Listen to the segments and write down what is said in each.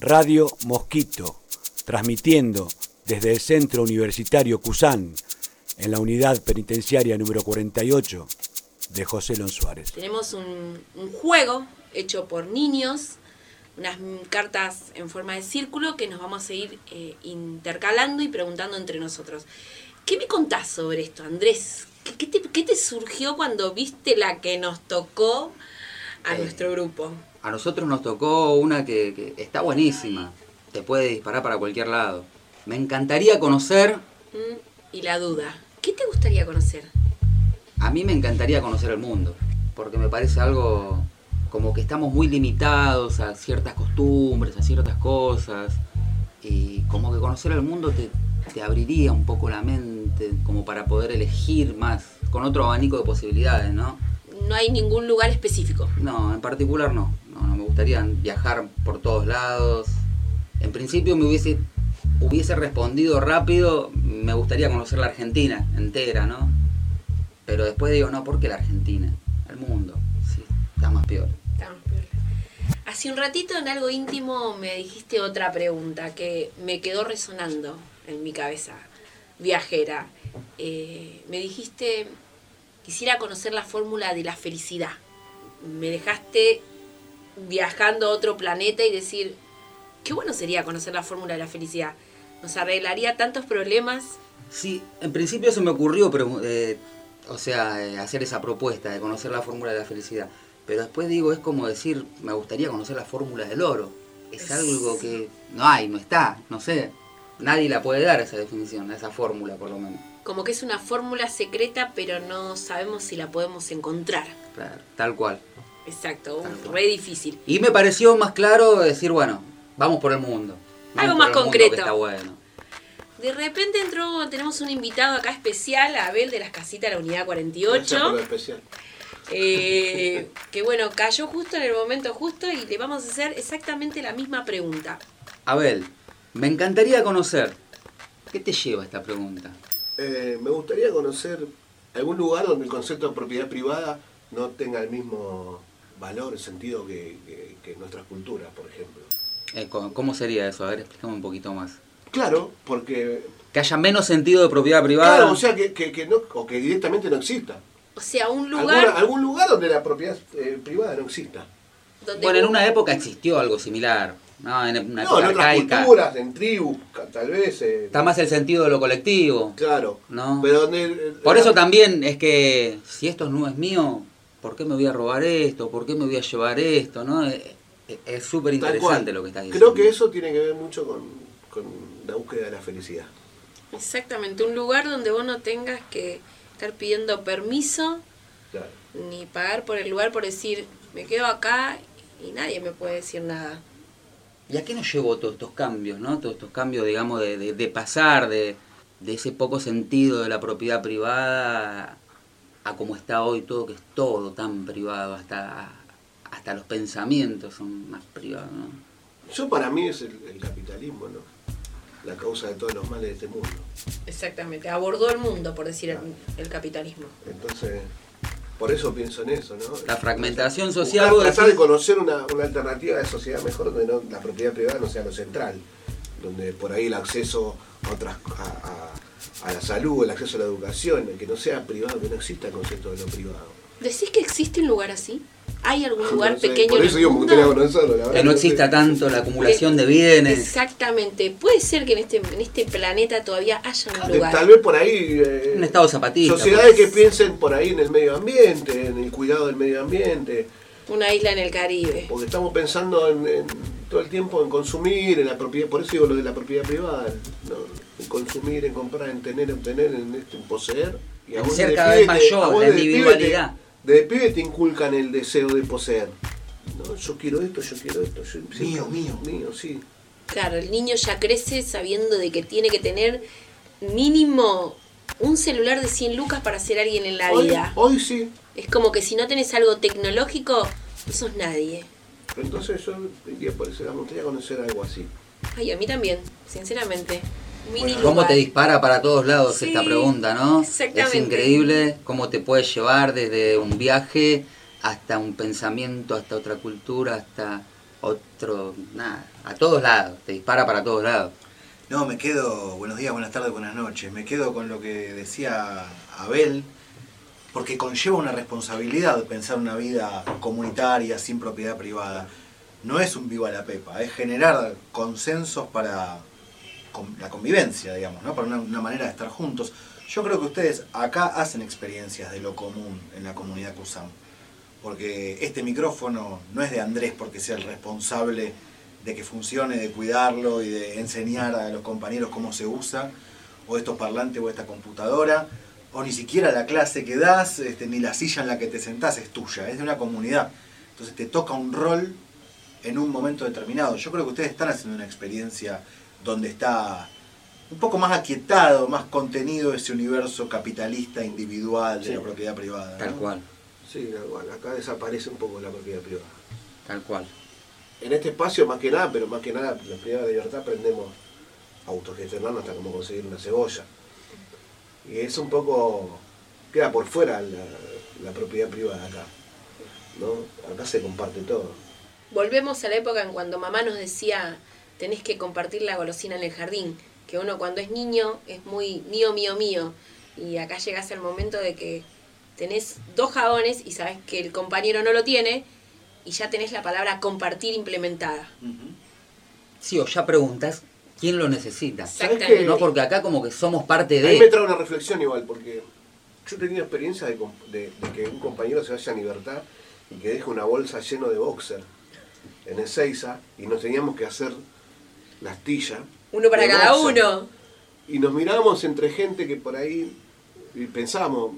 Radio Mosquito, transmitiendo desde el Centro Universitario Cusán, en la unidad penitenciaria número 48 de José Lon Suárez. Tenemos un, un juego hecho por niños, unas cartas en forma de círculo que nos vamos a ir eh, intercalando y preguntando entre nosotros. ¿Qué me contás sobre esto, Andrés? ¿Qué te, qué te surgió cuando viste la que nos tocó a Eh, nuestro grupo? A nosotros nos tocó una que, que está buenísima. Te puede disparar para cualquier lado. Me encantaría conocer. Mm, Y la duda. ¿Qué te gustaría conocer? A mí me encantaría conocer el mundo. Porque me parece algo como que estamos muy limitados a ciertas costumbres, a ciertas cosas. Y como que conocer el mundo te, te abriría un poco la mente, como para poder elegir más, con otro abanico de posibilidades, ¿no? No hay ningún lugar específico. No, en particular no. No, no me gustaría viajar por todos lados. En principio me hubiese hubiese respondido rápido, me gustaría conocer la Argentina entera, ¿no? Pero después digo, no, ¿por qué la Argentina? El mundo. Sí, está más peor. Tan peor. Hace un ratito en algo íntimo me dijiste otra pregunta que me quedó resonando en mi cabeza viajera. Eh, me dijiste, quisiera conocer la fórmula de la felicidad. Me dejaste viajando a otro planeta y decir, qué bueno sería conocer la fórmula de la felicidad. Nos arreglaría tantos problemas. Sí, en principio se me ocurrió, pero, eh, o sea, eh, hacer esa propuesta de conocer la fórmula de la felicidad. Pero después digo, es como decir, me gustaría conocer la fórmula del oro. Es algo que no hay, no está, no sé. Nadie la puede dar esa definición, esa fórmula por lo menos. Como que es una fórmula secreta, pero no sabemos si la podemos encontrar. Claro, tal cual. Exacto, Tal cual. re difícil. Y me pareció más claro decir, bueno, vamos por el mundo. Vamos Algo por más el mundo concreto. que está bueno. De repente entró, tenemos un invitado acá especial, Abel de las casitas de la unidad Gracias por 48, lo especial. eh, que bueno, cayó justo en el momento justo y le vamos a hacer exactamente la misma pregunta. Abel, me encantaría conocer. ¿Qué te lleva esta pregunta? Eh, me gustaría conocer algún lugar donde el concepto de propiedad privada no tenga el mismo valor, sentido que, que- que nuestras culturas, por ejemplo. Eh, co- ¿Cómo sería eso? A ver, explícame un poquito más. Claro, porque... Que haya menos sentido de propiedad privada. Claro, o sea, que, que- que no, o que directamente no exista. O sea, un Alguna- lugar algún lugar donde la propiedad eh, privada no exista. donde... bueno, en vos- una época existió algo similar. No, en una época No, en otras arcaica. culturas, en tribus, ca- tal vez. eh, Está más el sentido de lo colectivo. Claro. No. Pero donde... eh, Por la- eso también es que si esto no es mío, ¿por qué me voy a robar esto? ¿Por qué me voy a llevar esto? ¿No? Eh, eh, Es súper tal interesante cual. lo que estás diciendo. Creo que eso tiene que ver mucho con, con la búsqueda de la felicidad. Exactamente, un lugar donde vos no tengas que estar pidiendo permiso Claro. ni pagar por el lugar por decir, me quedo acá y nadie me puede decir nada. ¿Y a qué nos llevó todos estos cambios, no? Todos estos cambios, digamos, de, de- de pasar de, de ese poco sentido de la propiedad privada a como está hoy todo, que es todo tan privado, hasta, hasta los pensamientos son más privados, ¿no? Yo para mí es el, el capitalismo, ¿no? La causa de todos los males de este mundo. Exactamente, abordó el mundo, por decir el- el capitalismo. Entonces, por eso pienso en eso, ¿no? La fragmentación Buscar- social, vos tratar de decís- conocer una, una alternativa de sociedad mejor donde no- la propiedad privada no sea lo central, donde por ahí el acceso a otras a, a- a la salud, el acceso a la educación, que no sea privado, que no exista el concepto de lo privado. ¿Decís que existe un lugar así? ¿Hay algún lugar No sé, pequeño Por en eso el digo, me mundo? gustaría conocerlo, la verdad. Que no sé. exista tanto la acumulación de bienes. Exactamente. Puede ser que en este, en este planeta todavía haya un De- lugar. Tal vez por ahí. eh, Un estado zapatista. Sociedades pues. que piensen por ahí en el medio ambiente, en el cuidado del medio ambiente, Una isla en el Caribe. porque estamos pensando en, en todo el tiempo en consumir, en la propiedad, por eso digo lo de la propiedad privada, ¿no? en consumir, en comprar, en tener, en tener, en, este, en poseer. Y En vos ser desde cada vez pibe te- mayor, a vos la desde pibe te- individualidad. Desde pibe te inculcan el deseo de poseer. No, yo quiero esto, yo quiero esto. Yo, Mío, mío. Mío, sí. Claro, el niño ya crece sabiendo de que tiene que tener mínimo un celular de 100 lucas para ser alguien en la Hoy, vida. hoy sí, Es como que si no tenés algo tecnológico, no sos nadie. Entonces yo iría por ese lado, me gustaría conocer algo así. Ay, a mí también, sinceramente. Mini ¿Cómo lugar. te dispara para todos lados Sí, esta pregunta, no? exactamente. Es increíble cómo te puede llevar desde un viaje hasta un pensamiento, hasta otra cultura, hasta otro, nada, a todos lados, te dispara para todos lados. No, me quedo, buenos días, buenas tardes, buenas noches, me quedo con lo que decía Abel, porque conlleva una responsabilidad pensar una vida comunitaria sin propiedad privada. No es un viva la pepa, es generar consensos para con- la convivencia, digamos, ¿no? para una, una manera de estar juntos. Yo creo que ustedes acá hacen experiencias de lo común en la comunidad Cusam, porque este micrófono no es de Andrés porque sea el responsable de que funcione, de cuidarlo y de enseñar a los compañeros cómo se usa, o estos parlantes o esta computadora, o ni siquiera la clase que das, este, ni la silla en la que te sentás es tuya, es de una comunidad. Entonces te toca un rol en un momento determinado. Yo creo que ustedes están haciendo una experiencia donde está un poco más aquietado, más contenido ese universo capitalista individual de Sí. la propiedad privada. Tal ¿no? cual, Sí, tal cual. Acá desaparece un poco la propiedad privada. tal cual. En este espacio, más que nada, pero más que nada, la privada de libertad aprendemos a autogestionarnos hasta cómo conseguir una cebolla. Y es un poco. queda por fuera la, la propiedad privada acá. ¿no? Acá se comparte todo. Volvemos a la época en cuando mamá nos decía, tenés que compartir la golosina en el jardín, que uno cuando es niño es muy mío, mío, mío. Y acá llegás al momento de que tenés dos jabones y sabes que el compañero no lo tiene y ya tenés la palabra compartir implementada. Ujú. Sí, o ya preguntas quién lo necesita. ¿Sabés qué? Exactamente. No, porque acá como que somos parte A mí me de... trae una reflexión igual, porque yo he tenido experiencia de, com- de- de que un compañero se vaya a libertad y que deje una bolsa lleno de boxer en Ezeiza y nos teníamos que hacer la astilla. Uno para de cada boxer. uno. Y nos miramos entre gente que por ahí y pensamos,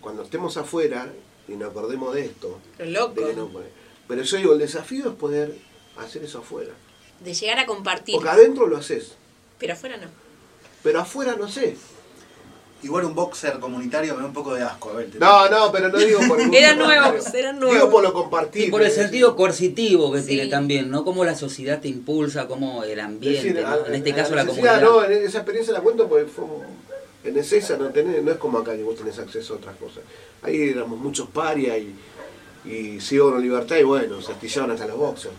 cuando estemos afuera y nos acordemos de esto, Pero de que no loco. puede. Pero yo digo, el desafío es poder hacer eso afuera. De llegar a compartir. Porque adentro lo haces, Pero afuera no. pero afuera no sé. Igual un boxer comunitario me da un poco de asco, a ver. te- No, no, pero no digo por el Eran gusto, nuevos, pero eran Digo por lo nuevos. compartido. Y por el es decir, sentido coercitivo que tiene Sí. también, ¿no? Cómo la sociedad te impulsa, cómo el es ambiente, decir, ¿no? a- en este a caso la necesidad, comunidad. No, en- esa experiencia la cuento porque fue un- en Ezeiza no, tenés, no es como acá que vos tenés acceso a otras cosas. Ahí éramos muchos parias y, y si hubo una libertad y bueno, se astillaban hasta los boxers.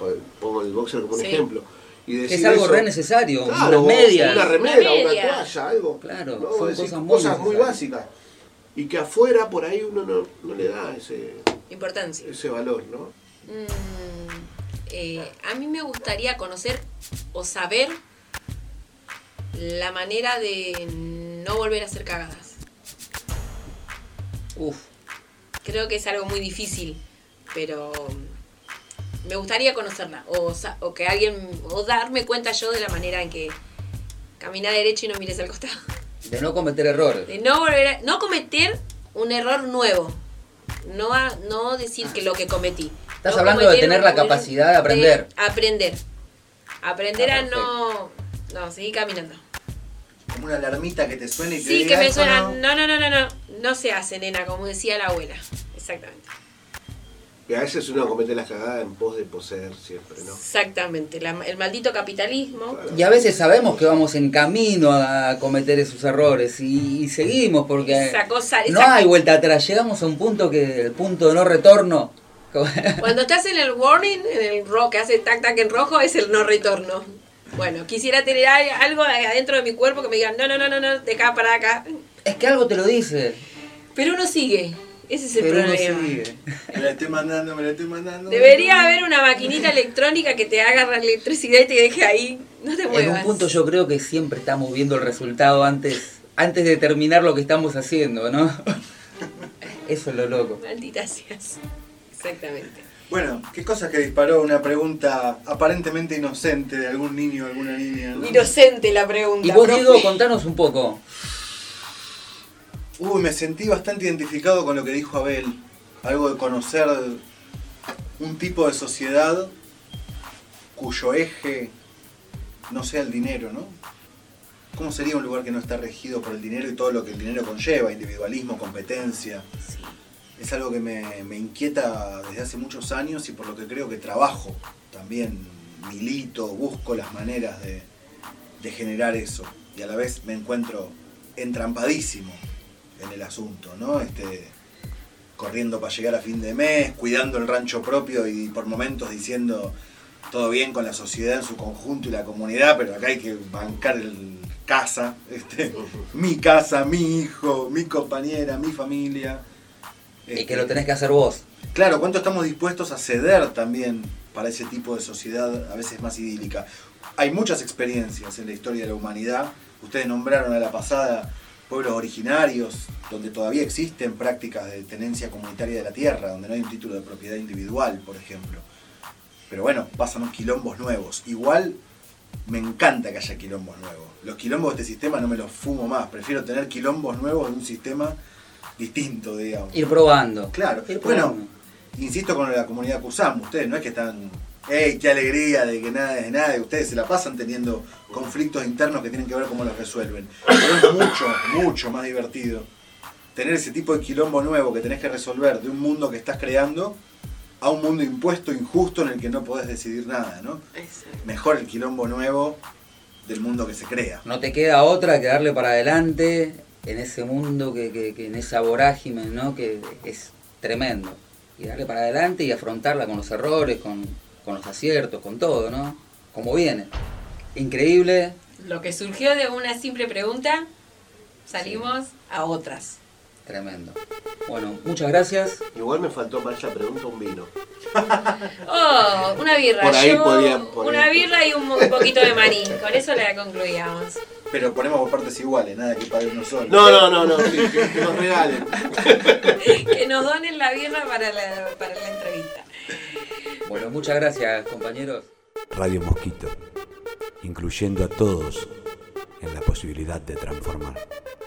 Pon- Pongo el boxer como un Sí. ejemplo. Y decir Es algo eso- re necesario, Claro, unas vos, medias. Una remera, Una una, media. toalla, algo. Claro, ¿no? son Vos decís, cosas muy cosas muy necesarias. básicas. Y que afuera por ahí uno no, no le da ese, Importancia. ese valor, ¿no? Mm, eh, a mí me gustaría conocer o saber la manera de no volver a hacer cagadas. Uf, Creo que es algo muy difícil, pero me gustaría conocerla o, sa- o que alguien o darme cuenta yo de la manera en que camina derecho y no mires al costado. de no cometer errores. De no volver a- no cometer un error nuevo. No, a- no decir que lo que cometí. Ah, Estás No hablando de cometer tener un la error- capacidad de aprender. aprender. Aprender Ah, a no. No, seguir caminando. Como una alarmita que te suene y te Sí, diga, que me "Esto suena. no". No, no, no, no, no. No se hace, nena, como decía la abuela. Exactamente. Que a veces uno comete las cagadas en pos de poseer siempre, ¿no? Exactamente. La- el maldito capitalismo. Claro. Y a veces sabemos que vamos en camino a cometer esos errores y, y seguimos porque Esa cosa- no esa- hay vuelta atrás. Llegamos a un punto que el punto de no retorno. Cuando estás en el warning, en el rock que hace tac tac en rojo, es el no retorno. Bueno, quisiera tener a- algo adentro de mi cuerpo que me diga, no, no, no, no, no, de acá para acá. Es que algo te lo dice. Pero uno sigue. Ese es el pero uno problema. sigue. Me la estoy mandando, me la estoy mandando. Debería haber una maquinita electrónica que te haga la electricidad y te deje ahí. No te En muevas. un punto yo creo que siempre estamos viendo el resultado antes, antes de terminar lo que estamos haciendo, ¿no? Eso es lo loco. Malditas seas. Exactamente. Bueno, qué cosa que disparó una pregunta aparentemente inocente de algún niño o alguna niña. ¿no? Inocente la pregunta. Y vos, profe. Diego, contanos un poco. Uy, me sentí bastante identificado con lo que dijo Abel. Algo de conocer un tipo de sociedad cuyo eje no sea el dinero, ¿no? ¿Cómo sería un lugar que no está regido por el dinero y todo lo que el dinero conlleva? Individualismo, competencia. Sí. Es algo que me, me inquieta desde hace muchos años y por lo que creo que trabajo también, milito, busco las maneras de, de generar eso. Y a la vez me encuentro entrampadísimo en el asunto, ¿no? Este, corriendo para llegar a fin de mes, cuidando el rancho propio y por momentos diciendo todo bien con la sociedad en su conjunto y la comunidad, pero acá hay que bancar el casa, este, mi casa, mi hijo, mi compañera, mi familia. Y Este, que lo tenés que hacer vos. Claro, ¿cuánto estamos dispuestos a ceder también para ese tipo de sociedad a veces más idílica? Hay muchas experiencias en la historia de la humanidad. Ustedes nombraron a la pasada pueblos originarios, donde todavía existen prácticas de tenencia comunitaria de la tierra, donde no hay un título de propiedad individual, por ejemplo. Pero bueno, pasan los quilombos nuevos. Igual me encanta que haya quilombos nuevos. Los quilombos de este sistema no me los fumo más. Prefiero tener quilombos nuevos de un sistema distinto, digamos. Ir probando. Claro. Ir Bueno, probando. insisto con la comunidad Kusam, ustedes no es que están, ¡ey, qué alegría de que nada es de nada! Ustedes se la pasan teniendo conflictos internos que tienen que ver cómo los resuelven. Pero es mucho, mucho más divertido tener ese tipo de quilombo nuevo que tenés que resolver de un mundo que estás creando a un mundo impuesto, injusto, en el que no podés decidir nada, ¿no? Exacto. Mejor el quilombo nuevo del mundo que se crea. No te queda otra que darle para adelante en ese mundo, que, que- que en esa vorágine, ¿no? Que es tremendo. Y darle para adelante y afrontarla con los errores, con, con los aciertos, con todo, ¿no? Como viene. Increíble. Lo que surgió de una simple pregunta, salimos a otras. Tremendo. Bueno, muchas gracias. Igual me faltó para esa pregunta un vino. Oh, una birra. Por ahí Yo, podía- por una ahí. birra y un mo- poquito de maní. Con eso la concluíamos. Pero ponemos por partes iguales, nada que pague uno solo. No, no, no, no, sí, que, que nos regalen. Que nos donen la birra para la, para la entrevista. Bueno, muchas gracias, compañeros. Radio Mosquito, incluyendo a todos en la posibilidad de transformar.